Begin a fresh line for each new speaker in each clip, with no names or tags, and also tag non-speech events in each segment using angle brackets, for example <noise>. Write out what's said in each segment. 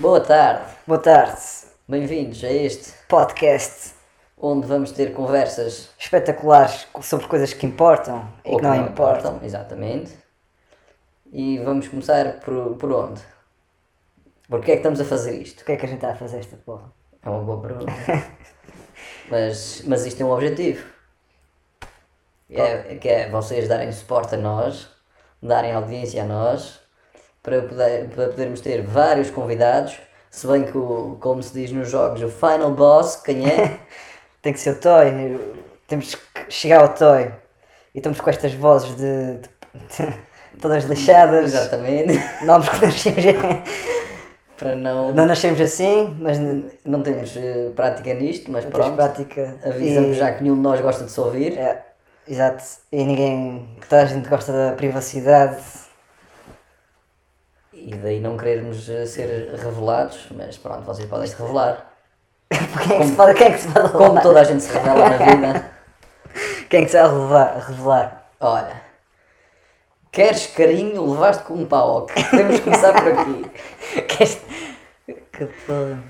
Boa tarde,
Boa tarde.
bem-vindos a este,
Podcast
onde vamos ter conversas
espetaculares sobre coisas que importam e
ou
que não importam.
Exatamente. E vamos começar por, por onde? Porquê é que estamos a fazer isto?
O que é que a gente está a fazer esta porra?
É uma boa
<laughs>
pergunta. mas, mas isto tem um objetivo. Que é, que é vocês darem suporte a nós, darem audiência a nós, para, poder- para podermos ter vários convidados. Se bem que, o, como se diz nos jogos, o final boss, quem é?
<laughs> Tem que ser o Toy, temos que chegar ao Toy. E estamos com estas vozes de, de- de- todas lixadas.
Exatamente. <laughs>
Não nos nascemos,
Para não.
não nascemos assim, mas n-
Não temos eh, prática nisto, mas
temos
pronto.
prática.
Avisamos
E-
já que nenhum de nós gosta de se ouvir.
É, exato. E ninguém. Toda a gente gosta da privacidade. <laughs>
E daí não querermos eh, ser revelados, mas pronto, vocês podem se revelar.
Quem é que se pode, quem é que se pode
Como
revelar?
toda a gente se revela na
<laughs>
vida.
Quem é que se vai revelar? revelar?
Olha, queres carinho, levaste com um pau. ok? Podemos começar por aqui.
Queres- que porra.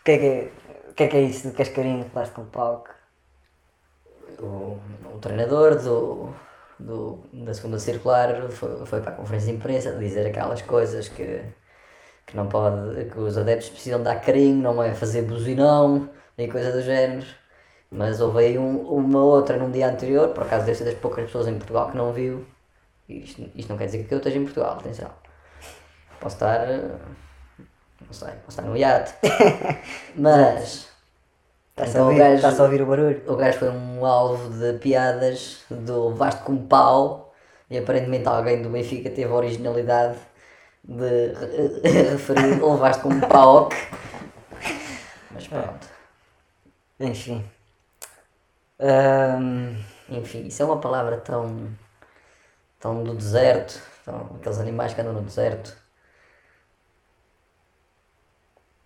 O que é que é, o que é, que é isso do cascarinho que com o palco?
O, o treinador do, do- da segunda circular foi, foi para a conferência de imprensa dizer aquelas coisas que, que não pode, que os adeptos precisam dar carinho, não é fazer buzinão, nem coisa do género. Mas houve aí um- uma outra num dia anterior, por acaso deve ser das poucas pessoas em Portugal que não viu. E Isto, isto não quer dizer que eu esteja em Portugal, atenção. Posso estar. eh, Não sei, posso estar no iate. <laughs> Mas.
Está-se
então o
a,
gajo-
está a ouvir o barulho?
o gajo foi um alvo de piadas do Vasco com pau e aparentemente alguém do Benfica teve a originalidade de re- <laughs> referir o Vasco com pau. Mas pronto.
Enfim. Ahm,
Enfim, isso é uma palavra tão. tão do deserto. Tão, aqueles animais que andam no deserto.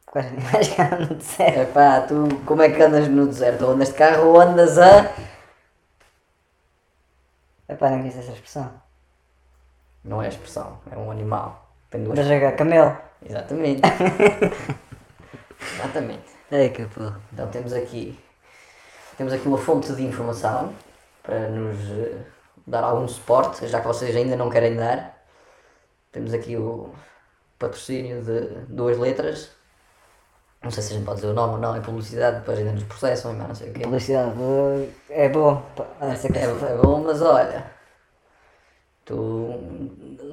quais animais <laughs> que andam no deserto?
Epá, tu como é que andas no deserto? Ou andas de carro ou andas a.
Epá, não conheço essa expressão.
Não é expressão, é um animal. Tem duas.
Para jogar camelo.
Exatamente. Exatamente.
Ei, que porra.
Então temos aqui temos aqui uma fonte de informação para nos eh, dar algum suporte, já que vocês ainda não querem dar. Temos aqui o patrocínio de duas letras. Não sei se a gente pode dizer o nome ou não, é publicidade, depois ainda nos processam, mas não sei o quê.
Publicidade uh, é bom. pá, a não ser que-
É, é bom, mas olha, tu,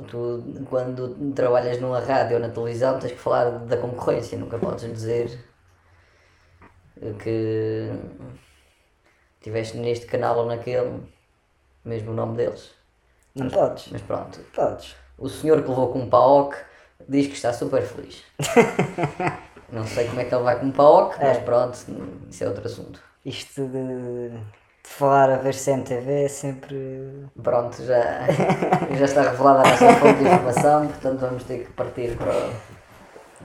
tu quando trabalhas numa rádio ou na televisão tens que falar da concorrência, nunca podes dizer que estiveste neste canal ou naquele, mesmo o nome deles.
Não podes.
Mas pronto,
Podes.
o senhor que levou com um paok diz que está super feliz. Não sei como é que ele vai com um paok, mas pronto, isso é outro assunto.
Isto de, de falar a ver CMTV é sempre.
Pronto, já, <laughs> já está revelada a nossa fonte de informação, portanto vamos ter que partir para,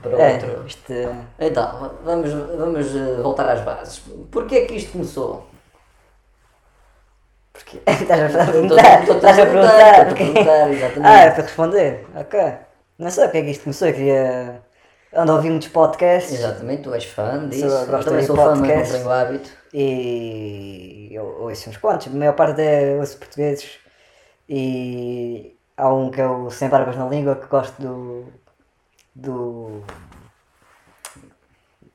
para
É,
outro.
isto é
Então, vamos, vamos eh, voltar às bases. Porquê é que isto começou?
Porque <laughs> estás a
Estou-
perguntar.
estou-
Estás a
estou
perguntar.
estou a
porque- <laughs>
perguntar,
Ah, é
exatamente.
para responder? Ok. Não sei o que é que isto começou. Eu queria. Ando a ouvir muitos podcasts
Exatamente, tu és fã disso.
Sou-
Eu
gosto
também
de
sou fã, mas não
podcast.
tenho o hábito.
e eu ouço uns quantos. A maior parte é ouço portugueses e há um que é o Sem Barbas na Língua que gosto do. do.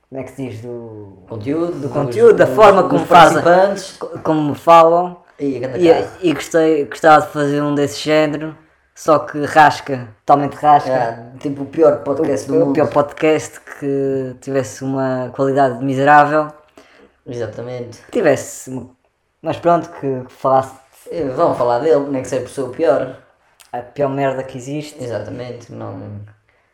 Como é que se diz? Do.
Conteúdo, do
conteúdo, da forma como fazem.
participantes.
co- como falam
E a grande
e, é.
cara.
e gostei, gostava de fazer um desse género, só que rasca, totalmente rasca.
Ah, tipo o pior podcast do
o
mundo.
pior podcast que tivesse uma qualidade miserável,
Exatamente.
tivesse, uma- mas pronto, que falasse
Eh, Vão falar dele, nem que seja por ser o pior.
a pior merda que existe.
Exatamente, não.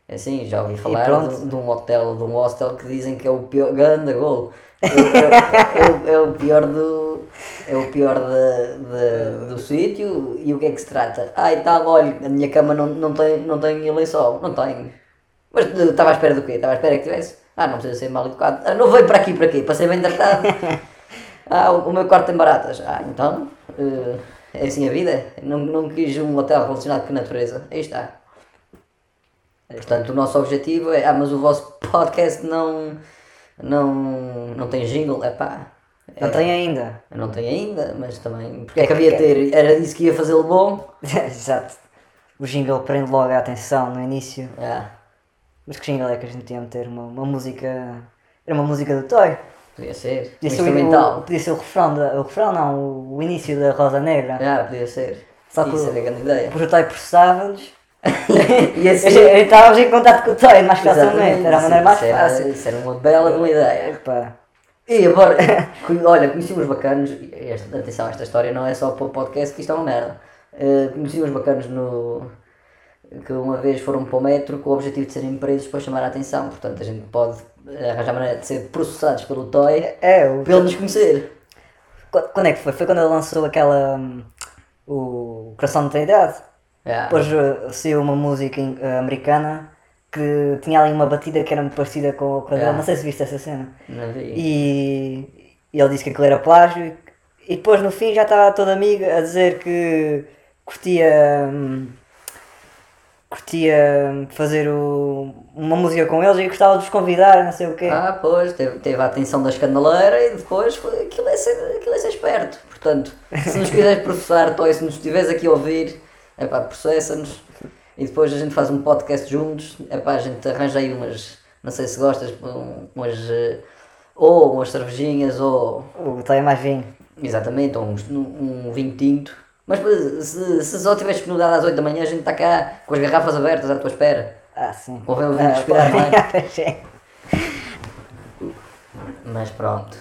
é Assim, já ouvi falar
pronto.
de, de um hotel, de um hostel que dizem que é o pior. Ganda gol! É, o- é o- é o pior do. É o pior de, de- do sítio e o que é que se trata? Ah, e tal, olha, a minha cama não, não, tem, não tem lençol. Não tenho. Mas tu estava à espera do quê? Estava à espera que tivesse? Ah, não precisa ser mal educado. Ah, não veio para aqui, para quê? Para ser bem tratado. ah, o, o meu quarto tem baratas. Ah, então. eh, é assim a vida? Não, não quis um hotel relacionado com a natureza. Aí está. Portanto, o nosso objetivo é. Ah, mas o vosso podcast não. Não, não tem jingle, epá.
Não tem ainda. <laughs>
Eu não tenho ainda, mas também. Porque é que havia de ter? Era disso que ia fazê-lo bom?
Exato. O jingle prende logo a atenção no início.
Ah,
Mas que jingle é que a gente ia meter? Uma, uma música. Era uma música do Toy.
podia ser. Um
Podia ser, o, o,
instrumental.
podia ser o refrão, da, o refrão não, o, o início da Rosa Negra.
Ah, podia ser.
Só que
Isso
o-
era a grande ideia.
Porque o Toy processava-nos.
<laughs> e assim-
A gente- a gente Estávamos em contato com o Toy mais facilmente, era a maneira mais
isso era-
fácil.
Isso era uma bela de uma ideia.
Epá,
E agora, <laughs> con- olha, conheci uns bacanos, e esta, atenção, esta história não é só para o podcast, que isto é uma merda. Eh, conheci uns bacanos no, que uma vez foram para o metro com o objetivo de serem presos para chamar a atenção. Portanto, a gente pode arranjar maneira de ser processados pelo TOI
É, o,
para ele nos conhecer.
Qu- Quando é que foi? Foi quando ele lançou aquela. hum, o Coração de Trindade.
Yeah.
Depois
Ah.
uh, saiu uma música in- eh, americana que tinha ali uma batida que era muito parecida com, com a dele.
Ah.
Não sei se viste essa cena.
Não vi.
E, e ele disse que aquilo era plágio. E, e depois no fim já estava todo amigo a dizer que curtia. hum, curtia hum, fazer o- uma música com eles e gostava de os convidar, não sei o quê.
Ah, pois, teve, teve a atenção da escandaleira e depois foi, aquilo, é ser, aquilo é ser esperto. Portanto, se nos quiseres processar, Toy, se nos estiveres aqui a ouvir, epá, processa-nos e depois a gente faz um podcast juntos. Epá, a gente arranja aí umas, não sei se gostas, um- umas, eh, ou umas cervejinhas, ou
O tal é mais vinho.
exatamente, ou uns- um, vinho tinto. Mas pois, se, se só tiveres disponibilidade às 8 da manhã, a gente está cá com as garrafas abertas à tua espera.
Ah, sim.
Convém ouvir
Ah,
respirar, não é?
<laughs> sim.
Mas pronto,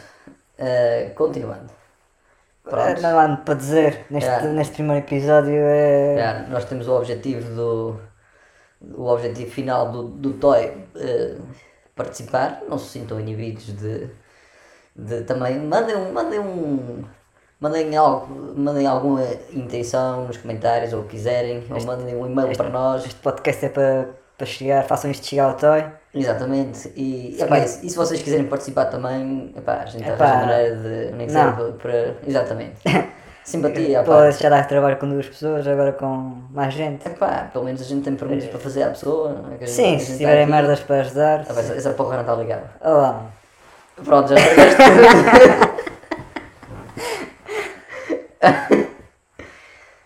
Eh, continuando. Pronto.
Eh, Não há muito para dizer. Neste,
Yeah.
neste primeiro episódio é.
Já, nós temos o objetivo do. O objetivo final do, do Toy eh, participar. Não se sintam inibidos de, de também. Mandem, um- mandem um. Mandem, algo, mandem alguma intenção nos comentários ou quiserem, ou mandem um e-mail para nós.
Este podcast é para, para chegar, façam isto chegar ao Toy.
Exatamente. E, epá, e, se- e se vocês quiserem participar também, epá, a gente
Epá.
arranja maneira de. Nem que
Não.
seja para.
<laughs>
Exatamente. Simpatia, epá.
Depois já dá trabalho com duas pessoas, agora com mais gente.
Epá, pelo menos a gente tem perguntas para fazer à pessoa. não é? Que a gente- a
Sim,
gente
se
tá
tiverem
aqui.
merdas para ajudar.
Ah, mas essa porra não está ligada.
Olá.
Pronto, já <laughs> estragaste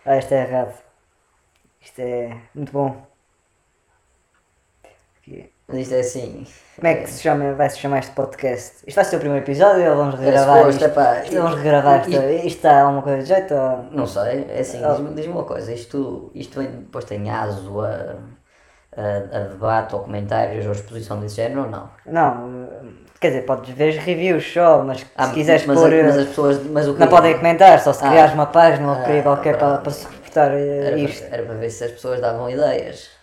Ah, isto é errado. Isto é muito bom. Aqui.
tudo. Isto é assim.
Como é que se chama, vai se chamar este podcast? Isto vai ser o primeiro episódio ou vamos
É,
regravar
suposto,
isto?
epá,
Isto vamos regravar
isto-
isto. Isto está alguma coisa de jeito ou...
Não sei, é assim,
Oh.
diz-me diz-me uma coisa, isto, isto vem- depois tem aso a, a, a debate ou comentários ou exposição desse género ou não?
Não, quer dizer, podes ver as reviews só, mas
Ah,
se quiseres
mas,
pôr.
a-
eh,
mas as pessoas mas o que
Não podem comentar, só se
Ah.
criares uma página ou criar
Ah, É
qualquer
pronto.
para, para se reportar eh,
era,
isto.
para- era para ver se as pessoas davam ideias.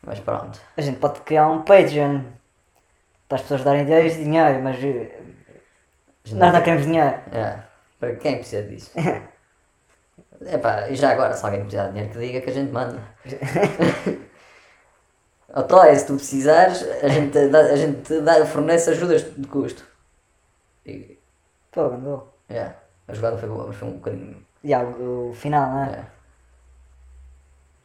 Mas pronto.
A gente pode criar um Patreon para as pessoas darem ideias e dinheiro, mas eh,
A gente
nós não queremos dinheiro.
É, para quem precisa disso?
É.
Epá, e já agora, se alguém precisar de dinheiro que diga que a gente
<laughs>
manda. Ó Toy, se tu precisares, a gente, te dá- a gente te dá, fornece ajudas de custo. E,
Pô, andou.
é, a jogada foi boa, mas foi um bocadinho.
E há o, o final, não é?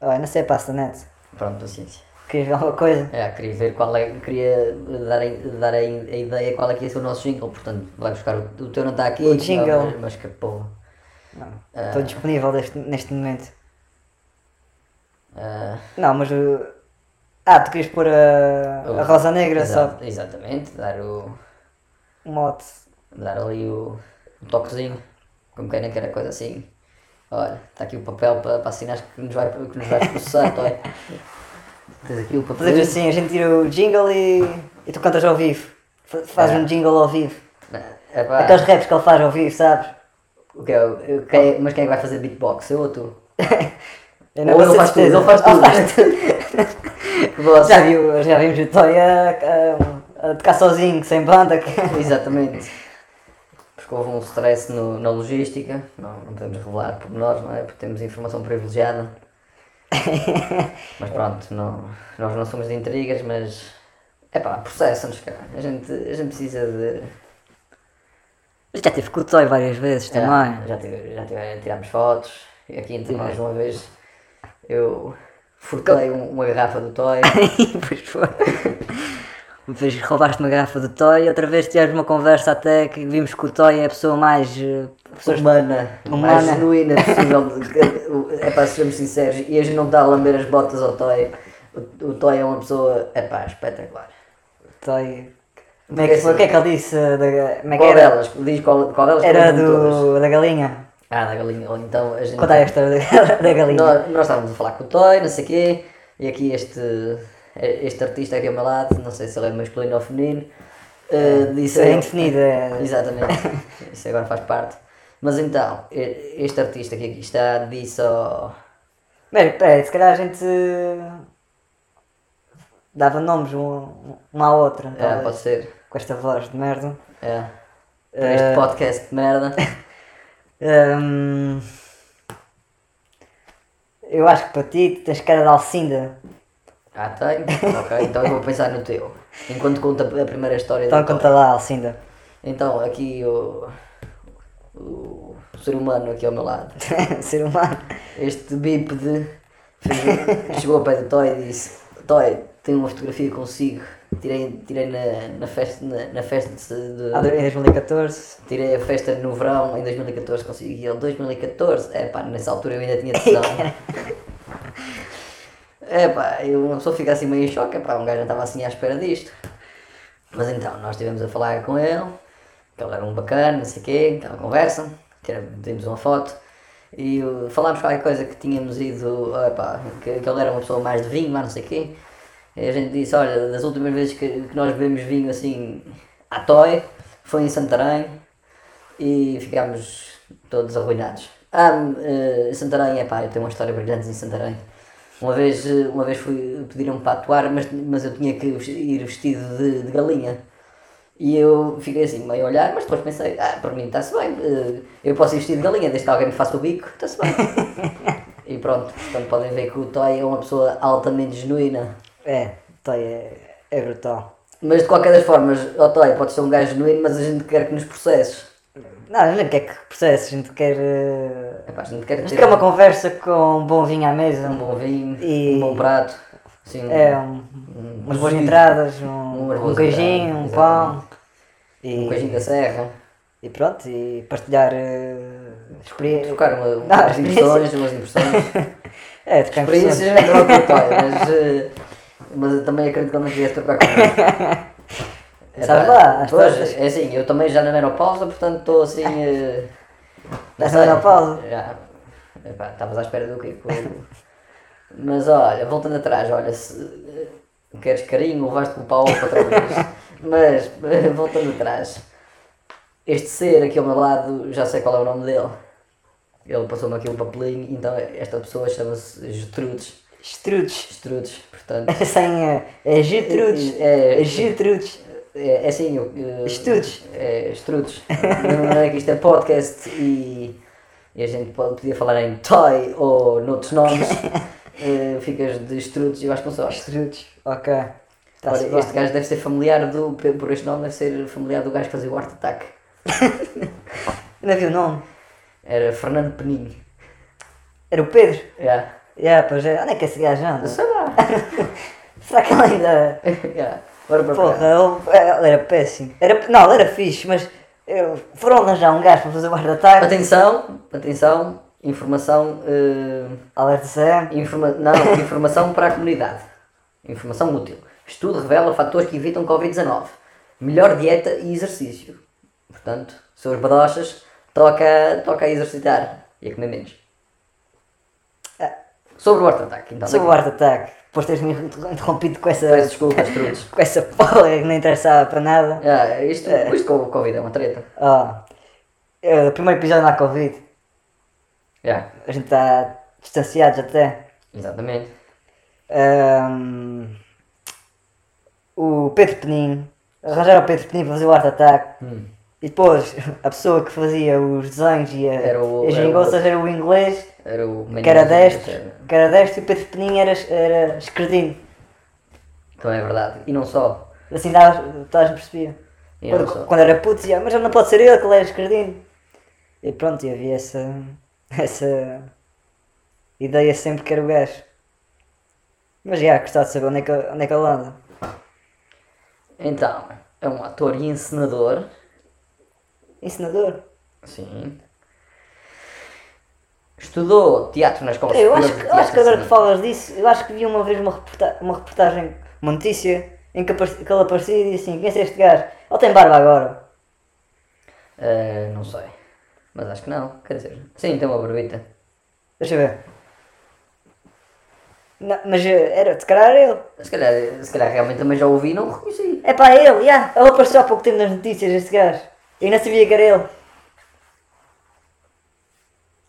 é,
Olha, não sei, passa net.
pronto, paciência.
Queres ver alguma coisa?
É, queria ver qual é. Queria dar, a- dar a, a ideia qual é que ia ser o nosso jingle, portanto, vai buscar. O, o teu não está aqui.
O jingle.
Mas, mas que porra.
Não.
Ah.
Estou disponível deste- neste momento.
Ah,
Não, mas. eh, Ah, tu querias pôr a,
Oh,
a Rosa Negra
exa- Exatamente, dar o.
só. Um mote.
dar ali o, o toquezinho, como quem nem quer a coisa assim. Olha, está aqui o papel para, para assinar que nos vai, que nos vai processar, tá Toy. Tens aqui o papel.
Fazemos assim, a gente tira o jingle e, e tu cantas ao vivo. Fa- Faz um jingle ao vivo.
É pá,
Aqueles raps que ele faz ao vivo, sabes?
o que é o- o que é- mas quem é que vai fazer beatbox? Eu ou tu?
Eu
Ou
vou
ele
ser
faz tudo,
certeza.
ele faz tudo. <laughs> Você-
<laughs> já, viu, já vimos o Toy a, a- a tocar sozinho, sem banda. que-
Exatamente. Porque houve um stress no- na logística, não, não podemos revelar pormenores, não é? Porque temos informação privilegiada. mas pronto, não, nós não somos de intrigas, mas. Epá, processa-nos, cara. A gente, a gente precisa de.
Já tive com o Toy várias vezes
Já, já, tive- já tive- tirámos fotos, e aqui entre nós uma vez eu furtei um- uma garrafa do Toy.
<laughs> pois foi. Depois roubaste uma garrafa do Toy, outra vez tivemos uma conversa até que vimos que o Toy é a pessoa mais. eh, pessoas-
humana, mais
Humana.
genuína possível. de- é para sermos sinceros, e a gente não está a lamber as botas ao Toy. O, o Toy é uma pessoa, é pá, espetacular.
Toy. Como é que foi? O que é que ele disse? eh, Da, como é que
Qual
era?
delas? Diz qual, qual delas?
Era
Qual de todas?
do, da galinha.
Ah, da galinha. Ou então a gente.
Conta a história da, <laughs> da galinha.
Nós, nós estávamos a falar com o Toy, não sei o quê, e aqui este, este artista aqui ao meu lado, não sei se ele é masculino ou feminino, eh, disse.
Isso é indefinido. é-
Exatamente,
<laughs>
isso agora faz parte. Mas então, e- este artista que aqui está disse ao.
Mas peraí, é, se calhar a gente eh, dava nomes um, um à outra,
Ah,
talvez,
pode ser.
com esta voz de merda.
É. Para este podcast de merda.
Hum, eu acho que para ti tu tens cara de Alcinda.
Ah, tenho. Ok, então eu vou pensar no teu. Enquanto conta a primeira história
Então
do Toy.
conta lá, Alcinda. <laughs>
Então, aqui o, o ser humano aqui ao meu lado,
Ser humano.
este bípede fez- chegou ao pé do Toy e disse Toy, tenho uma fotografia consigo, tirei, tirei na, na festa, na, na festa de, de-
Ah, Em 2014.
Tirei a festa no verão em 2014, consegui ele 2014. É pá, nessa altura eu ainda tinha tesão. É pá, eu- uma pessoa fica assim meio em choque, epá, um gajo não estava assim à espera disto. Mas então, nós estivemos a falar com ele, que ele era um bacana, não sei o quê, aquela conversa, tira- pedimos uma foto e uh, falámos qualquer coisa que tínhamos ido, oh, epá, que, que ele era uma pessoa mais de vinho, mais não sei o quê. E a gente disse, olha, das últimas vezes que, que nós bebemos vinho assim à toy, foi em Santarém, e ficámos todos arruinados. Ah, eh, Santarém, é pá, eu tenho uma história brilhante em Santarém. Uma vez, eh, uma vez fui, pediram-me para atuar, mas, mas eu tinha que vesti- ir vestido de, de galinha. E eu fiquei assim, meio a olhar, mas depois pensei, ah, para mim está-se bem, eh, eu posso ir vestido de galinha, desde que alguém me faça o bico, está-se bem. e pronto, portanto podem ver que o Toy é uma pessoa altamente genuína.
É, então é, é brutal.
Mas de qualquer das formas, ó Toy, pode ser um gajo genuíno, mas a gente quer que nos processes.
Não, a gente não quer que processe, a gente quer. eh,
Epá, a gente quer
A gente
ter
quer uma conversa com um bom vinho à mesa.
um bom vinho,
E-
um bom prato, assim,
É, um, umas boas entradas, um,
Umas
um
boas
queijinho, um
entradas,
pão. E,
um coisinho da serra,
e pronto, e partilhar eh, experi-
trocar uma,
Não,
umas impressões, umas impressões,
Ah, <laughs> É, trocar impressões.
experiências, não é mas, eh, mas eu também acredito que ele não quisesse trocar comigo.
<laughs> Sabes lá, às tantas.
pois, é assim, eu também já na menopausa, portanto estou
<laughs>
assim... eh, não
Estás na
sei,
menopausa?
Já, Epá, estavas à espera do quê? Com- Mas olha, voltando atrás, olha, se eh, queres carinho, levaste com o pau outra vez. Mas, eh, voltando atrás, este ser aqui ao meu lado, já sei qual é o nome dele. Ele passou-me aqui um papelinho, então esta pessoa chama-se Gertrudes.
Estrudes.
Gertrudes, portanto.
<laughs> Sem. eh, É Gertrudes.
É-
É Gertrudes.
É, é assim, eu. eu-
Estrudes.
É, estrudes. Na maneira que isto é podcast e, e a gente pode, podia falar em toy ou noutros <laughs> nomes, eh, ficas de estrudes e vais com sorte.
Estrudes. Ok. Tá
Ora,
bem.
este gajo deve ser familiar do. pe- Por este nome, deve ser familiar do gajo que fazia o Art Attack.
Ainda vi o nome.
Era Fernando Peninho.
Era o Pedro.
Yeah.
Yeah, pois é. Onde é que esse gajo anda?
Sei lá.
Será que ele ainda.
<laughs> yeah. Ora para cá.
Porra, ele, ele era péssimo. Era, não, ele era fixe, mas eh, foram arranjar um gajo para fazer o guarda-tarde.
Atenção, atenção, informação. eh,
Alerta CM.
Informa não, informação para a comunidade. Informação útil. Estudo revela fatores que evitam Covid-19. Melhor dieta e exercício. Portanto, seus badochas, toca, toca a exercitar e a comer menos. Ah, Sobre o heart attack, então.
Sobre o Art Attack. Depois teres me interrompido com essa.
Peço desculpa, estrutos.
com essa porra que não interessava para nada.
Ah, isto, isto com o Covid é uma treta.
Ó, eh, primeiro episódio na Covid.
Yeah,
A gente está distanciados até.
exatamente.
Ahm, o Pedro Penin. Arranjaram o Pedro Penin para fazer o Art Attack.
Hum,
E depois a pessoa que fazia os desenhos e a,
Era o-
e as
era o-
geringonças era o inglês,
Era o
que era destro, que era destro e o Pedro Penin era, era esquerdino.
Então é verdade. E não só.
Assim dava, toda a gente percebia.
E não só.
Quando, quando era puto dizia, mas não pode ser ele que ele é esquerdino. E pronto, e <laughs> havia essa, essa ideia sempre que era o gajo. Mas já, gostava de saber onde é que, onde é que ele anda.
Então, é um ator e encenador.
Ensinador.
Sim. Estudou teatro na escola
Eu acho, que-
superior de
eu acho que
teatro
agora que
civil.
falas disso, eu acho que vi uma vez uma, reporta- uma reportagem, uma notícia, em que, apare- que ele aparecia e disse assim, quem é este gajo? Ele tem barba agora.
Eh, não sei. Mas acho que não. Quer dizer, sim, então tem uma barbita.
Deixa eu ver. Não, mas eh, era, se calhar era ele.
Se calhar, se calhar realmente também já ouvi e não o reconheci.
É pá, é ele, já. Ele apareceu há pouco tempo nas notícias, este gajo. Eu ainda sabia que era ele.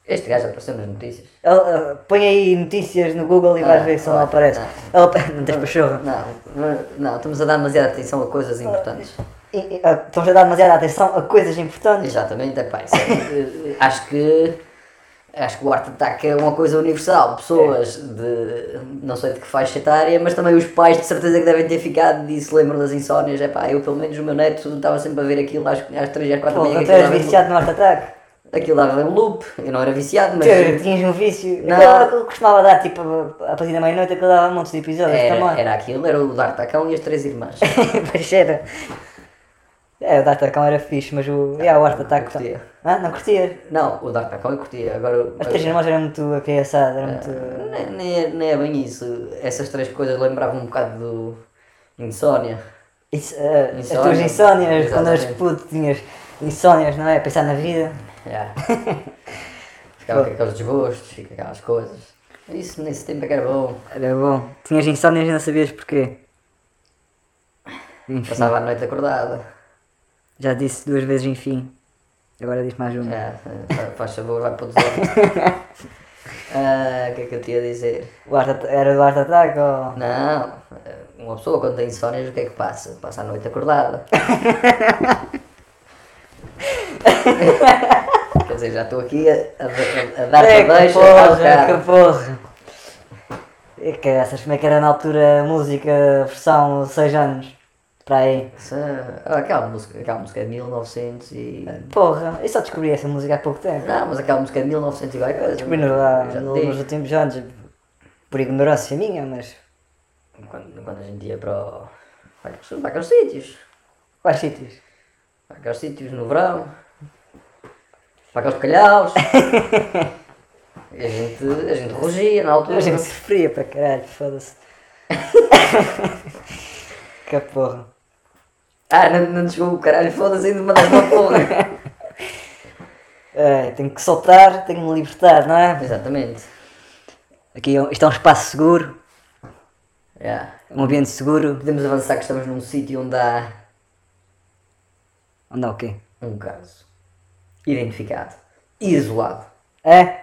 Este gajo apareceu nas notícias.
Ele, eh, põe aí notícias no Google e vais
Ah,
ver se ele não
ah,
aparece. Ele apa- não tens pachorra.
Não, não, estamos a dar demasiada atenção a coisas importantes.
E- e, ah, Estamos a dar demasiada atenção a coisas importantes.
Exatamente, é pá, isso é- eh, acho que acho que o arte de ataque é uma coisa universal.
É.
Pessoas de não sei de que faixa etária, mas também os pais de certeza que devem ter ficado disso, lembram das insónias, é pá, eu pelo menos o meu neto estava sempre a ver aquilo às, às 3 às 4 da
Pô,
manhã.
tu
que
eras
aquilo dava-
viciado no Art Attack.
Aquilo dava um loop, eu não era viciado, mas
Tu tinhas um vício.
Não.
Aquilo- Aquilo costumava dar tipo a partir da meia-noite, aquilo dava montes de episódios
era,
<laughs> também.
era aquilo, era o D'Artacão e as três irmãs.
Mas era. É, o Art Attack era fixe, mas o. Yeah, o Art Attack. tá-
curtia.
Hã? Não curtias?
Não, o D'Artacão eu curtia, agora...
As três irmãs eram muito apiaçadas,
É.
eram muito.
Nem, nem é- nem é bem isso. Essas três coisas lembravam um bocado do Insónia.
Isso, ah, as
Insónia.
tuas insónias, quando eras
Exatamente.
puto tinhas insónias, não é? Pensar na vida. <laughs>
Yeah. Ficava É. com aqueles desgostos, e com aquelas coisas. Isso nesse tempo é que era bom.
Era bom. Tinhas insónias e não sabias porquê.
Passava a noite acordada.
Já disse duas vezes enfim. Agora diz mais uma.
Yeah, É, fa- Faz favor, vai para o deserto.
<laughs>
Ah, O que é que eu te ia dizer?
O Art Attack- era do Art Attack ou.
Não, eh, uma pessoa quando tem insónias, o que é que passa? Passa a noite
<laughs>
acordada. Quer dizer, já estou aqui a, a- a- a dar-te a
É, que
deixa. ao
porra,
cara.
que porra. E caraças, como é que era na altura a música versão 6 anos? Para aí.
Essa- é, Aquela música, aquela música é de 1900 e...
Porra, eu só descobri essa música há pouco tempo.
Não, mas aquela música é de 1900 e vai...
Descobri no, lá,
Já te
no-
digo.
nos últimos anos, por ignorância minha, mas.
Quando, quando a gente ia para... o- Vai para os- vai para os sítios.
Quais sítios?
Vai para os sítios no verão. Vai para os
<laughs>
calhaus. e a gente, a gente rugia na altura.
A gente sofria para caralho, foda-se. que porra.
Ah, não, não te chegou o caralho, foda-se, ainda mandaste uma porra. <laughs>
É, tenho que soltar, tenho que me libertar, não é?
Exatamente.
Aqui é um- isto é um espaço seguro,
Yeah.
um ambiente seguro.
Podemos avançar que estamos num sítio onde há
Onde há o quê?
um caso identificado e isolado.
É?
Yeah.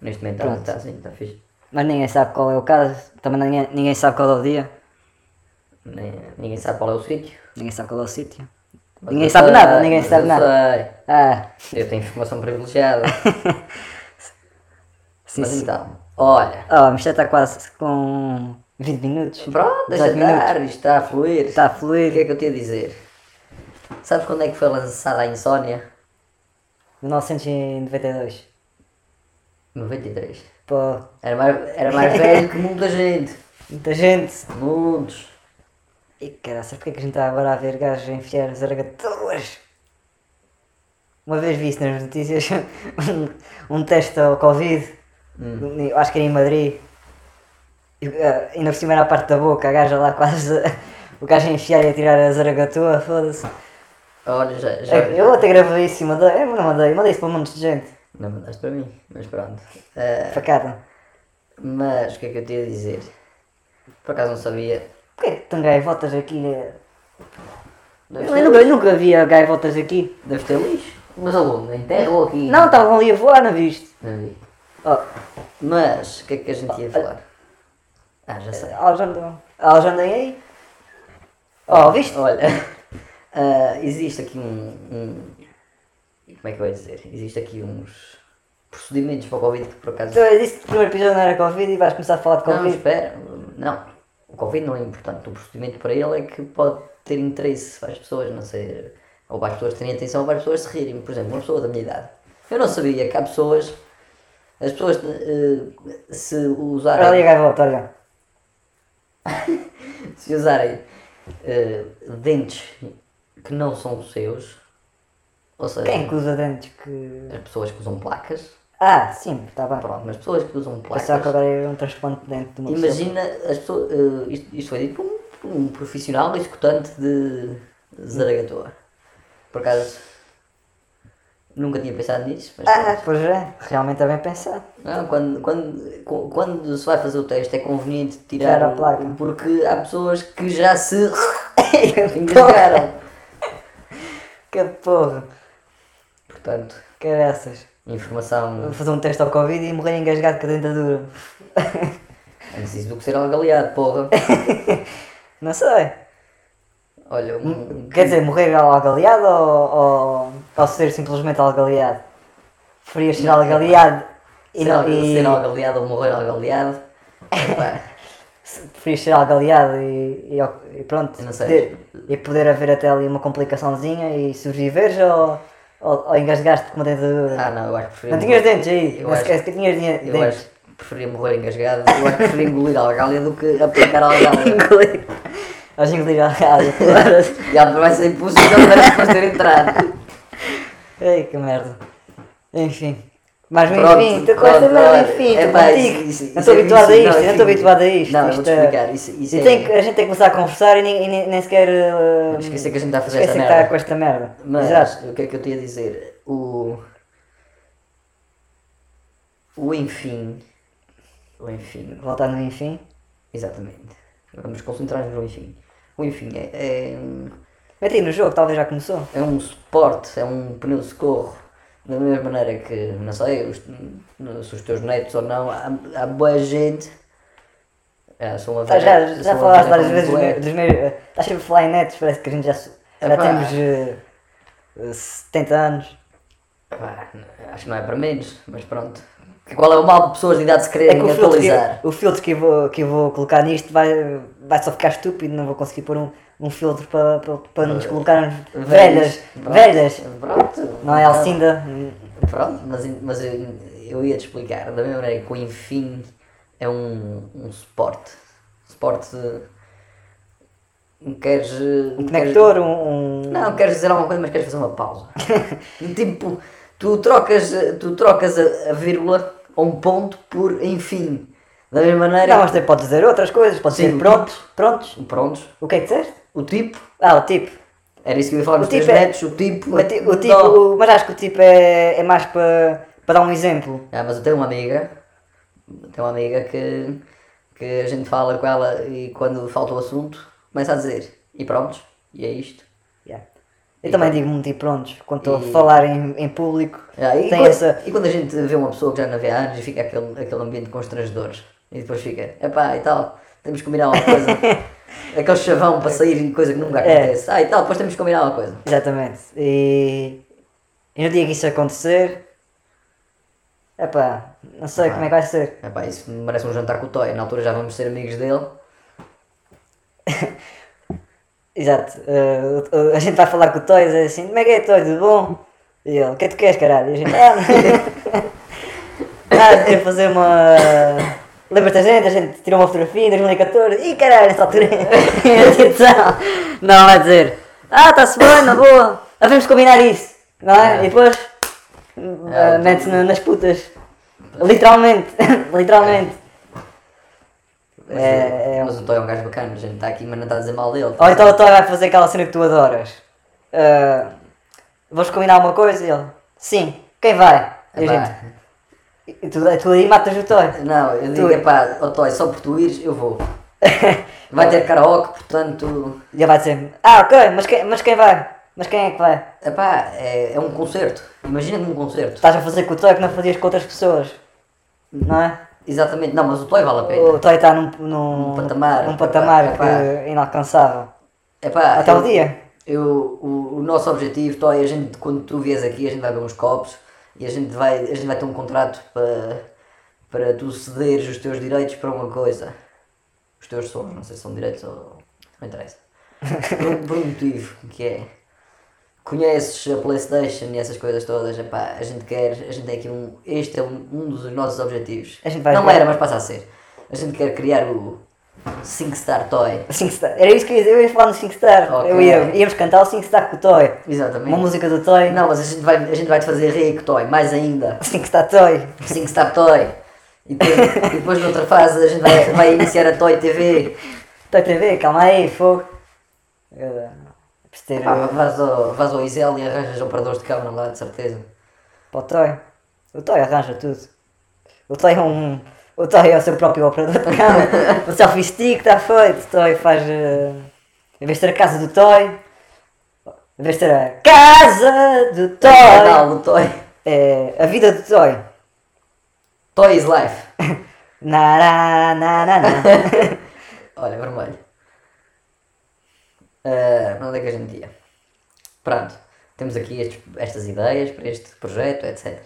Neste momento está- está assim, está fixe.
Mas ninguém sabe qual é o caso, também ninguém, ninguém sabe qual é o dia,
Nem, ninguém sabe qual é o sítio.
ninguém sabe qual é o sítio.
Mas
Ninguém
eu
sabe
sei,
nada, ninguém
mas
sabe
eu
nada. Ah,
sei. Eu tenho informação privilegiada.
<laughs> sim,
Mas
sim.
então, olha.
Oh, isto já está quase com 20 minutos.
Pronto, deixa
18 minutos.
estar, isto está a fluir.
Está a
O que
fluir.
é que eu te ia dizer? Sabes quando é que foi lançada a Insónia?
1992.
93.
Pô,
Era mais, era mais
<laughs>
velho que muita gente.
muita gente.
Muitos.
E caraças, porque é que a gente está agora a ver gajos a enfiar zaragatuas? Uma vez vi isso nas notícias, <laughs> um, um teste ao Covid, eu acho que era em Madrid, e, ah, ainda por cima era a parte da boca, a gaja lá quase, <laughs> o gajo a enfiar e a tirar a zaragatua, foda-se.
Olha, já, já
É, Eu até gravei isso e mandei, eu não mandei, mandei isso para um monte de gente,
não
então.
mandaste para mim, mas pronto. Eh,
facada.
mas o que é que eu te ia dizer? Por acaso não sabia.
Porquê que tem gaivotas aqui? eh? Eu nunca, nunca via gaivotas aqui.
Deve ter lixo. Mas aluno, enterrou aqui.
Não, estavam ali a voar, não viste?
Não vi.
Oh,
Mas, o que é que a gente ia falar? Ah, já sei.
Elas andam. Elas andam aí. Oh, viste?
Olha, <laughs> ah, existe aqui um, um- Como é que eu ia dizer? Existe aqui uns procedimentos para o Covid que por acaso.
Tu disse que o primeiro episódio não era Covid e vais começar a falar de
Não,
Então, Covid.
espera. Não. O Covid não é importante. O procedimento para ele é que pode ter interesse para as pessoas, não sei. Ou para as pessoas terem atenção, ou para as pessoas se rirem. Por exemplo, uma pessoa da minha idade. Eu não sabia que há pessoas. As pessoas eh, se
Olha tá ali a
usarem.
gaivota, olha.
se usarem eh, dentes que não são os seus, ou seja,
Quem é que usa dentes que.
as pessoas que usam placas,
Ah, sim, está bem.
pronto, mas pessoas que usam placas,
Pensava que agora era um transplante de dente de uma pessoa.
imagina as pessoas, eh, isto, isto foi dito por um, por um profissional executante de Zaragatoa. Por acaso, nunca tinha pensado nisso, mas pronto.
Ah, pois é, realmente é bem pensado.
Não, quando, quando, qu- quando se vai fazer o teste é conveniente tirar
Tirar a placa.
o- Porque há pessoas que já
<laughs>
se <laughs>
Então.
engasgaram.
Que porra,
Portanto,
caraças.
informação
Vou fazer um teste ao Covid e morrer engasgado com a dentadura. <laughs>
antes disso do que ser algaleado, porra.
Não sei.
Olha, um-
Hum, Quer dizer, morrer algaleado ou, ou, ou ser simplesmente algaleado? Preferias ser algaleado e
ser,
não.
al-
E,
ser algaleado ou morrer algaleado.
<laughs>
epá,
preferias ser algaleado e, e ao- e pronto.
Não sei.
poder- e poder haver até ali uma complicaçãozinha e sobreviveres ou, ou, ou engasgaste com uma dentadura?
ah, não, eu acho que preferia.
não tinhas dentes aí?
Eu
Não
acho-
esquece que tinhas dinhe-
Eu
<laughs> dentes.
acho que preferia morrer engasgado. Eu acho que preferia engolir algalia do que aplicar algalia.
<laughs> Engolir. Acho engolir algaleado.
Já vai ser impossível para depois ter entrado.
<laughs> Ei, que merda. Enfim. Mas
Pronto,
enfim, tu
pronto,
gostas
olha,
mesmo, enfim, tu
epá,
contigo.
isso- isso-
Não estou
isso é
habituado a
vício, não,
isto, eu não estou
enfim.
habituado a isto.
Não, eu
isto
vou-te
é-
explicar, isso- isso
e
é-
tem que- a gente tem que começar a conversar e nem, e nem- nem sequer. Uh,
Esqueci que a gente está a fazer
esquece
esta
que
merda.
está com esta merda.
Mas
Exato.
o que é que eu tinha a dizer? O. O enfim. O enfim.
Voltar no enfim.
Exatamente. Vamos concentrar-nos no enfim. O enfim é, é, um,
Mete aí no jogo, talvez já começou.
é um suporte, é um pneu de socorro. Da mesma maneira que, não sei, os, não, se os teus netos ou não, há, há boa gente. É, sou uma
Tá,
velha- sou um
já já
uma
falaste
velha
várias
como
vezes dos
tu
meus.
és.
dos meus- eh, Estás sempre a falar em netos, parece que a gente já, se- já
Epá.
temos eh, eh, 70 anos.
Pá, Acho que não é para menos, mas pronto. Qual é o mal de pessoas de idade se
É
quererem
que o filtro, que,
atualizar?
o filtro que eu vou, que eu vou colocar nisto vai, vai só ficar estúpido, não vou conseguir pôr um, um filtro para, para, para nos colocarmos velhas,
Eh, Pronto.
velhas,
Pronto. assim,
não é Alcinda?
Pronto, mas, mas eu, eu ia te explicar. Da mesma maneira que o enfim é um, um suporte. Suporte. não Queres.
Um conector, um... um-
Não, queres dizer alguma coisa, mas queres fazer uma
<laughs>
pausa. tipo, tu trocas, tu trocas a, a vírgula ou um ponto por enfim. Da mesma maneira.
Não, mas também pode dizer outras coisas, pode
Sim,
dizer
o
prontos, prontos,
Prontos.
o que é que disseste?
O tipo.
Ah, o tipo,
Era isso que eu ia falar nos
tipo
teus
é-
netos, o tipo.
o, ti- o
Não.
tipo, o- mas acho que o tipo é, é mais para, para dar um exemplo.
Ah, mas eu tenho uma amiga, tenho uma amiga que, que a gente fala com ela e quando falta o assunto começa a dizer e pronto, e é isto.
Yeah. Eu também digo muito e prontos, quando estou
E-
a falar em, em público,
Ah, e,
tem
quando,
essa...
e quando a gente vê uma pessoa que já não vê há anos e fica aquele, aquele ambiente constrangedor e depois fica, epá e tal, temos que combinar uma
<laughs>
coisa. aquele chavão para sair e coisa que nunca
É.
acontece. Ah e tal, depois temos que combinar uma coisa.
Exatamente. E, e no dia que isso acontecer. Epá, não sei como é que vai ser.
Epá, isso me parece um jantar com o Toy, na altura já vamos ser amigos dele.
Exato. eh, o- o- a gente vai falar com o Toys é assim, como é que é Toys, tudo bom? E ele, o que é que tu queres caralho? E a gente, ah, <laughs> não." ah eu fazer uma. Lembras-te da gente? A gente tirou uma fotografia em 2014 e caralho, nessa altura. <laughs> Atenção! Não, vai dizer, ah, está-se bem, na boa, ah, vamos combinar isso, não é? E depois
É,
ah, mete-se na- nas putas. Literalmente, <laughs> literalmente.
Mas,
É, é
mas o Toy é um gajo bacana, a gente está aqui, mas não está a dizer mal dele.
Ou então o Toy vai fazer aquela cena que tu adoras. Ah, vamos combinar uma coisa? E ele, sim, quem vai? E, a
Epá.
gente, e tu, tu aí matas o Toy. <laughs>
Não, eu digo,
Tu-
epá, ó Toy, só por tu ires, eu vou. Vai ter karaoke, portanto,
E ele vai dizer, ah ok, mas quem, mas quem vai? Mas quem é que vai?
epá, é, é um concerto. Imagina como um concerto.
Estás a fazer com o Toy que não fazias com outras pessoas. Não é?
Exatamente, não, mas o Toy vale a pena.
O Toy está num, num,
Num patamar,
num patamar
epá,
que inalcançável.
Epá,
Até o
eu-
dia.
Eu, o, o nosso objetivo, Toy, é a gente, quando tu vies aqui, a gente vai ver uns copos e a gente vai, a gente vai ter um contrato para, para tu cederes os teus direitos para uma coisa. Os teus sons, não sei se são direitos ou. Não
<laughs>
interessa. Por, um- por um motivo, que é. Conheces a Playstation e essas coisas todas, epá, a gente quer, a gente tem aqui um. Este é um, um dos nossos objetivos.
A gente vai
não
jogar-
era, mas passa a ser. A gente quer criar o, Cinco Star Toy.
Cinco Star. Era isso que eu ia dizer, eu ia falar no 5 Star.
Ok.
Eu ia, íamos cantar o 5 Star com o Toy.
Exatamente.
Uma música do Toy.
Não, mas a gente, vai, a gente vai te fazer rico, Toy, mais ainda.
5 Star Toy.
Cinco Star Toy. E depois, e depois noutra fase a gente vai, vai iniciar a Toy TV.
Toy TV, calma aí, fogo. Eu, preciso ter
Ah,
uh,
vais, ao, vais ao Isel e arranjas operadores de câmara lá, de certeza.
para o Toy. O Toy arranja tudo. O Toy é um. O Toy é o seu próprio operador de câmara. o selfie stick está feito. O Toy faz. uh, Em vez de ter a casa do Toy. Em vez de ter a casa do
O
Toy.
canal do Toy.
É a vida do Toy.
Toy is Life. <laughs>
Na, na, na, na, na.
Olha, vermelho. Ah, onde é que a gente ia? Pronto, temos aqui estes- estas ideias para este projeto, etc.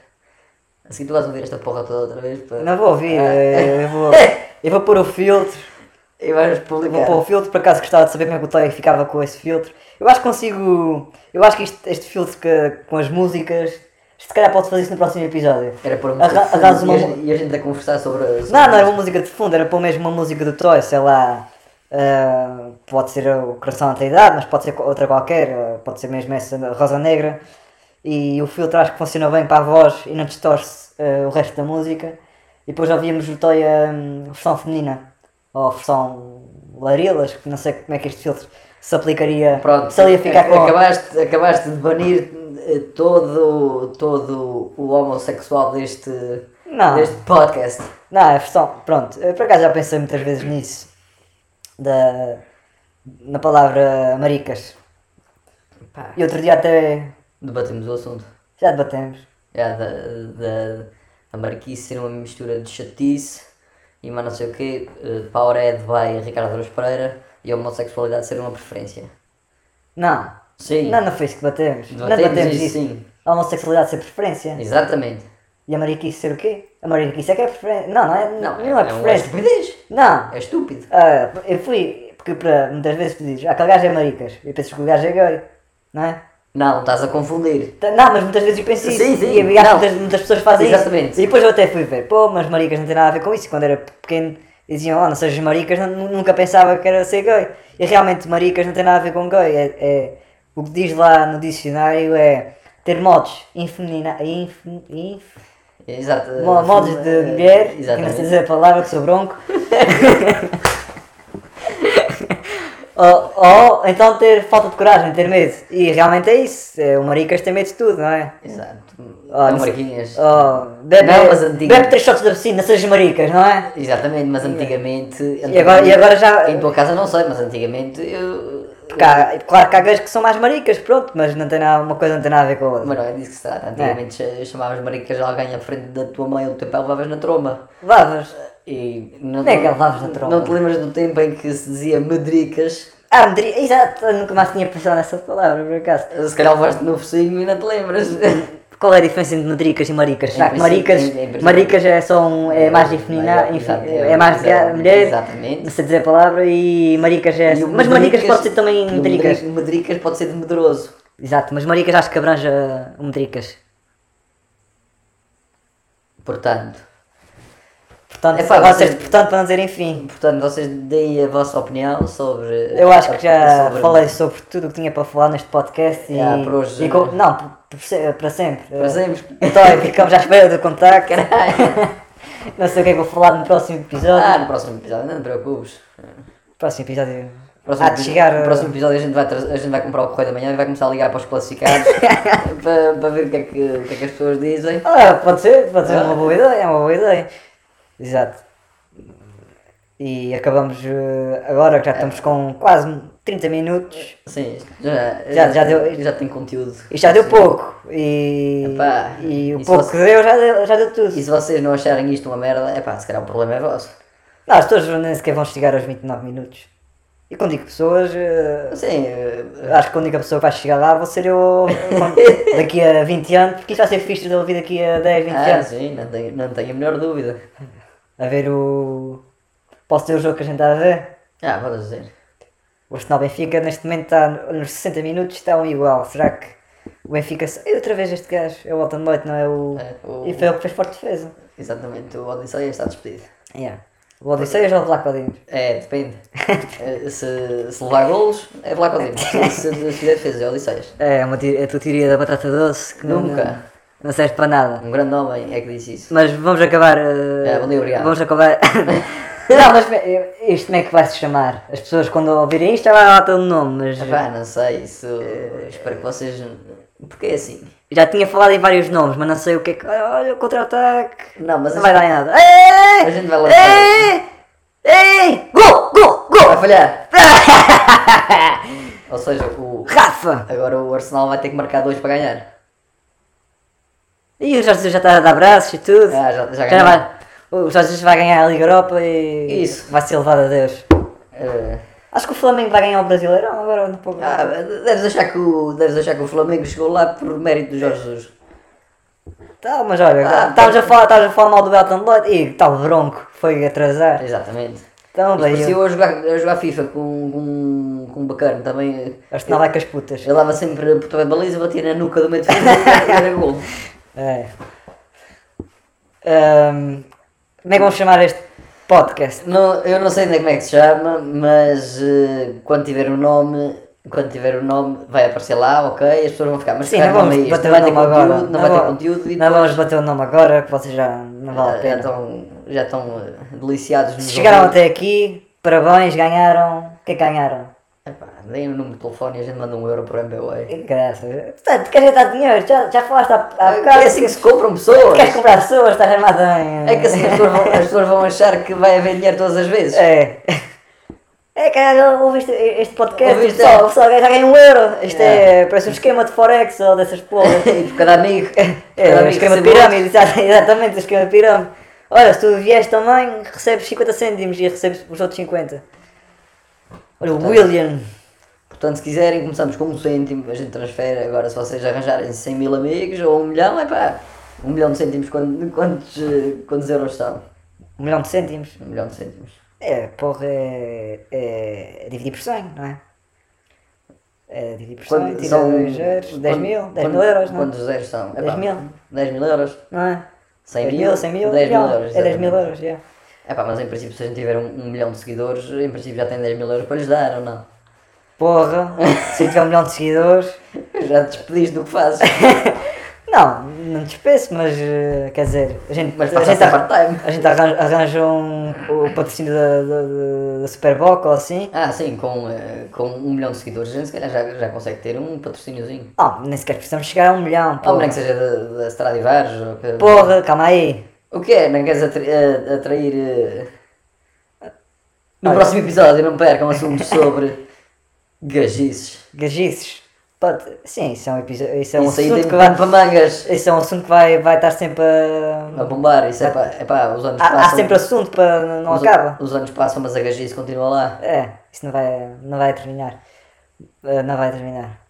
Assim tu vais ouvir esta porra toda outra vez para...
Não vou ouvir, eh, eu vou, eu vou pôr o filtro.
e vais
Vou
publicar.
pôr o filtro, por acaso gostava de saber como é que o Toy ficava com esse filtro. Eu acho que consigo. Eu acho que isto- este filtro que- com as músicas. Se calhar posso fazer isso no próximo episódio.
Era por uma
Arra- arraso uma
e, a,
mu-
gente- e a gente a conversar sobre... sobre
Não, não era uma música de fundo, era pôr mesmo uma música do Toy, sei lá. ah, pode ser o Coração da Idade, mas pode ser co- outra qualquer, ah, pode ser mesmo essa da Rosa Negra. E o filtro acho que funciona bem para a voz e não distorce ah, o resto da música. E depois ouvíamos o Toy a versão feminina, ou a versão Laril, acho que não sei como é que este filtro se aplicaria.
Pronto,
se ele ia ficar
a-
com.
acabaste, acabaste de banir eh, todo, todo o homossexual deste,
Não.
deste podcast.
Não, é versão. Pronto, eu por acaso já pensei muitas vezes nisso. Da, na palavra maricas.
Pá.
E outro dia até.
Debatemos o assunto.
Já debatemos.
É, da, da, da Marquice ser uma mistura de chatice e mais não sei o quê, eh, Powerhead vai a Ricardo Aruz Pereira e a homossexualidade ser uma preferência.
Não.
Sim.
Não, não foi isso que debatemos. não é
Debatemos
debatemos
isso,
isso.
sim.
A homossexualidade ser preferência.
Exatamente.
E a mariquice ser o quê? A mariquice é que é preferência. Não, não é, não,
Não,
é
é uma
preferência.
estupidez.
não.
É estúpido.
Ah, eu fui. Porque para, muitas vezes tu dizes, aquele gajo é maricas. E pensas que o gajo é gay. Não é?
Não, estás a confundir.
Tá- Não, mas muitas vezes eu penso isso.
Sim, sim.
E eu acho que
Não.
muitas, muitas pessoas fazem
Exatamente.
isso. E depois eu até fui ver, pô, mas maricas não tem nada a ver com isso. Quando era pequeno diziam, oh, não sejas maricas, nu- nunca pensava que era ser gay. E realmente maricas não tem nada a ver com gay. É, é- o que diz lá no dicionário é ter modos infemina, infem- inf-
Exato.
mo- modos de mulher, que não
Eh,
sei
Exatamente.
dizer a palavra que
<laughs>
sou bronco. ou, ou então ter falta de coragem, ter medo. E realmente é isso. é, O maricas tem medo de tudo, não é?
Exato.
Ah,
Não,
não sei-
Marquinhas.
Oh, bebe,
Não, mas antiga-
bebe três shots da piscina, sejas maricas, não é?
Exatamente, mas antigamente.
E agora, e agora já.
Em tua casa não sei, mas antigamente eu.
Porque há- claro que há gajos que são mais maricas, pronto, mas não tem nada, uma coisa não tem nada a ver com a outra.
Mas não é disso que se trata. Antigamente cha- chamavas maricas a alguém à frente da tua mãe ou do teu pai levavas na tromba.
Lavas.
E não,
Como é que levavas na tromba?
Não te lembras do tempo em que se dizia medricas?
Ah, medri... Exato, eu nunca mais tinha pensado nessa palavra, por acaso.
Se calhar levaste no focinho e não te lembras.
Qual é a diferença entre medricas e maricas?
Em
Já que
princípio-
maricas,
em- em princípio-
maricas é só um, é mais definida,
Maior,
enfim,
exato,
é mais
exato,
mulher,
exatamente.
não sei dizer a palavra, e maricas é...
E o
mas maricas pode ser também
e o
medricas.
medri- Medricas pode ser de medroso.
Exato, mas maricas acho que abrange uh, o medricas.
Portanto,
Portanto,
Epá,
agora
vocês-
disseste portanto para não dizer enfim.
portanto, vocês deem a vossa opinião sobre.
Eu acho que já
sobre-
falei sobre tudo o que tinha para falar neste podcast e,
Já, por hoje. é.
e com- não, por- por se- para sempre.
Por exemplo.
Então é, ficamos à espera do contacto. <laughs> Não sei o que é que vou falar no próximo episódio.
Ah, no próximo episódio, não te preocupes.
próximo episódio.
Próximo
há de
epi-
chegar.
no
uh,
próximo episódio a gente, vai tra- a gente vai comprar o correio da manhã e vai começar a ligar para os
<laughs>
classificados para, para ver o que, é que, o que é que as pessoas dizem.
Ah, pode ser, pode ser uma boa ideia, é uma boa ideia. Exato. E acabamos uh, agora que já estamos
É.
com quase 30 minutos.
Sim, já,
Já- já deu-
já tem conteúdo.
Isto já deu pouco. E,
Epá,
e o
isso
pouco
você-
que deu já deu, já deu tudo.
E se vocês não acharem isto uma merda, é pá, se calhar o problema é vosso.
Não, as pessoas nem sequer vão chegar aos 29 minutos. E quando digo pessoas, eh,
Sim, eh,
acho que a única pessoa que vai chegar lá vou ser eu <laughs> quando- daqui a 20 anos, porque isto vai ser fixe de ouvir daqui a 10, 20
ah,
anos.
sim, não tenho, não tenho a menor dúvida.
A ver o. Posso ter o jogo que a gente está a ver?
Ah, vou dizer.
O Arsenal Benfica neste momento está no- nos 60 minutos, está um igual. Será que o Benfica. se- E outra vez este gajo, é o Alton Boyd, não é o.
É, o-
E foi ele que fez forte defesa.
Exatamente, o Odisseia está despedido.
Yeah. Do Odisseias ou do Black Odin?
É, depende. Eh, se, se levar golos, é Black Odin. Se,
<laughs>
se fizer defesa, é Odisseias.
É, uma te- a tua teoria da batata doce que não-
Nunca.
Não, não serve para nada.
Um grande homem é que disse isso.
Mas vamos acabar. eh,
É, bom dia, obrigado.
Vamos acabar. <laughs> não,
<laughs>
mas eh, isto como é que vai se chamar? As pessoas quando ouvirem isto já vai lá todo o nome, mas.
Pá, não sei, isso.
É.
Espero que vocês. Porque é assim.
Já tinha falado em vários nomes, mas não sei o que é que. Olha, o contra-ataque.
Não, mas
Não
a
vai
gente-
dar em nada. Ei!
A gente vai lá-
Ei! Ei! Gol! Gol!
Vai
Gol!
falhar! <laughs> Ou seja, o,
Rafa!
agora o Arsenal vai ter que marcar dois para ganhar.
E o Jorge Jesus já está a dar abraços e tudo.
Ah, já, já
Já
ganhou.
vai, o Jorge Jesus vai ganhar a Liga Europa e
Isso.
vai ser levado a Deus.
Eh,
Acho que o Flamengo vai ganhar o Brasileirão agora no pouco.
ah, deves, achar que o, deves achar que o Flamengo chegou lá por mérito do Jorge Jesus.
Tá, mas olha,
Ah,
estavas a falar, estavas a falar mal do Elton Lloyd e tal bronco foi atrasar.
Exatamente.
Então,
Mas
bem,
se
eu,
eu a jogar, a jogar FIFA com, com, com um bacano também.
acho que não vai com as putas.
Ele dava sempre por toda a baliza, batia na nuca do meio de fundo <laughs> e era gol.
É. Ahm, como é que vamos chamar este podcast?
Não, eu não sei ainda como é que se chama, mas eh, quando tiver o nome, quando tiver o nome, vai aparecer lá, ok, as pessoas vão ficar, mas
Sim,
cara,
não vamos
é isto,
bater
vai
o
ter
nome
conteúdo,
agora.
não, vai ter
vou-
conteúdo e É.
Não vamos bater o nome agora, que vocês já não vale a
já,
pena.
estão, já estão eh, deliciados nos
Se chegaram
ouvidos.
até aqui, parabéns, ganharam. O que é que ganharam?
Epá, deem o número de telefone e a gente manda um euro para o MBWay.
Que Graças. Portanto, queres gastar dinheiro? Já, já falaste há, há bocado.
É assim que se compram pessoas.
Queres comprar pessoas? Estás armado em.
É que assim as pessoas, vão, as pessoas vão achar que vai haver dinheiro todas as vezes.
É. É, caralho, ouviste este podcast?
Ouviste? é.
Pessoal, pessoal, já ganha um euro. Isto é. parece um esquema de Forex ou dessas porras.
<laughs> E por cada amigo.
É,
cada
um esquema de
recebe
pirâmide, exa- exatamente, um esquema de pirâmide. Olha, se tu vies também, recebes 50 cêntimos e recebes os outros 50. Olha, o William.
Portanto, se quiserem, começamos com um cêntimo, a gente transfere. Agora, se vocês arranjarem 100 mil amigos ou um milhão, é pá, um milhão de cêntimos, quantos, quantos, eh, quantos euros são?
Um milhão de cêntimos.
Um milhão de cêntimos.
É, porra, é, é dividir por 100, não é? É dividir por 100, tira
são-
2 euros, 10 mil,
quando-
10 mil euros, não é?
Quantos zeros são? É
10 mil.
10 mil euros?
Não é?
100
10
mil?
100 mil,
10 mil
milhão.
euros,
É 10 mil
exatamente.
euros, já.
É pá, mas em princípio, se a gente tiver um, um milhão de seguidores, em princípio já tem 10 mil euros para lhes dar, ou
<laughs>
não?
Porra, se eu tiver um milhão de seguidores.
Já te despediste do que fazes.
Não, não despeço, mas eh, quer dizer, a
<laughs>
gente,
Mas
a
passa a
gente,
ser
arran-
part-time.
a gente arranja, arranja um, o patrocínio da, da, da- da Superboc ou assim.
Ah, sim, com, eh, com um milhão de seguidores, a gente se calhar já, já consegue ter um patrocíniozinho.
Não, nem sequer precisamos chegar a um milhão.
Ou nem
Porra,
que seja da, da Stradivarius. Ou que...
porra calma aí.
O que é? Não queres atri- a- atrair. eh, No
Olha.
próximo episódio, não percam assuntos
<laughs>
sobre gajices.
Gajices. Pode- Sim, isso é um, episo- isso é um
Isso aí
assunto
tem
que vai.
pano para mangas
Esse é um assunto que vai, vai estar sempre a.
a bombar. Isso é pá, é pá os anos
Há, há
passam.
sempre assunto para. não
os,
acaba.
os anos passam, mas a gajice continua lá.
É, isso não vai, não vai terminar. Eh, Não vai terminar.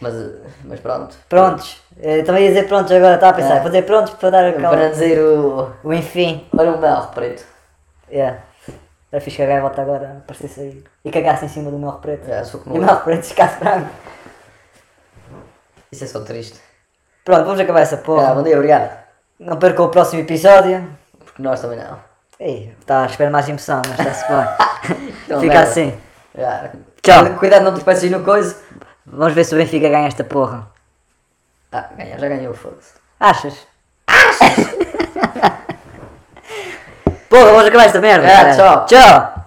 Mas, eh, mas pronto.
Prontos. Eh, Também ia dizer prontos agora, estava a pensar.
É.
Vou dizer prontos para dar
Para
aquela.
dizer o.
O enfim.
Olha o mel preto.
Yeah. Já fiz cagar e volta agora, aparecesse aí. E cagasse em cima do meu preto.
É, sou como
E o meu preto ficasse branco.
Isso é só triste.
Pronto, vamos acabar essa
Ah,
porra.
bom dia, obrigado.
Não percam o próximo episódio.
Porque nós também não.
Ei, tá está a esperar mais emoção, mas
<laughs>
está-se bem.
Então,
Fica
merda.
assim.
Ah,
Tchau.
Cuidado, não te peças no coisa.
Vamos ver se o Benfica ganha esta porra.
Ah, ganha, já ganhou, foda-se.
Achas? Achas? <laughs> Porra, vamos acabar esta merda.
É,
cara.
tchau.
Tchau.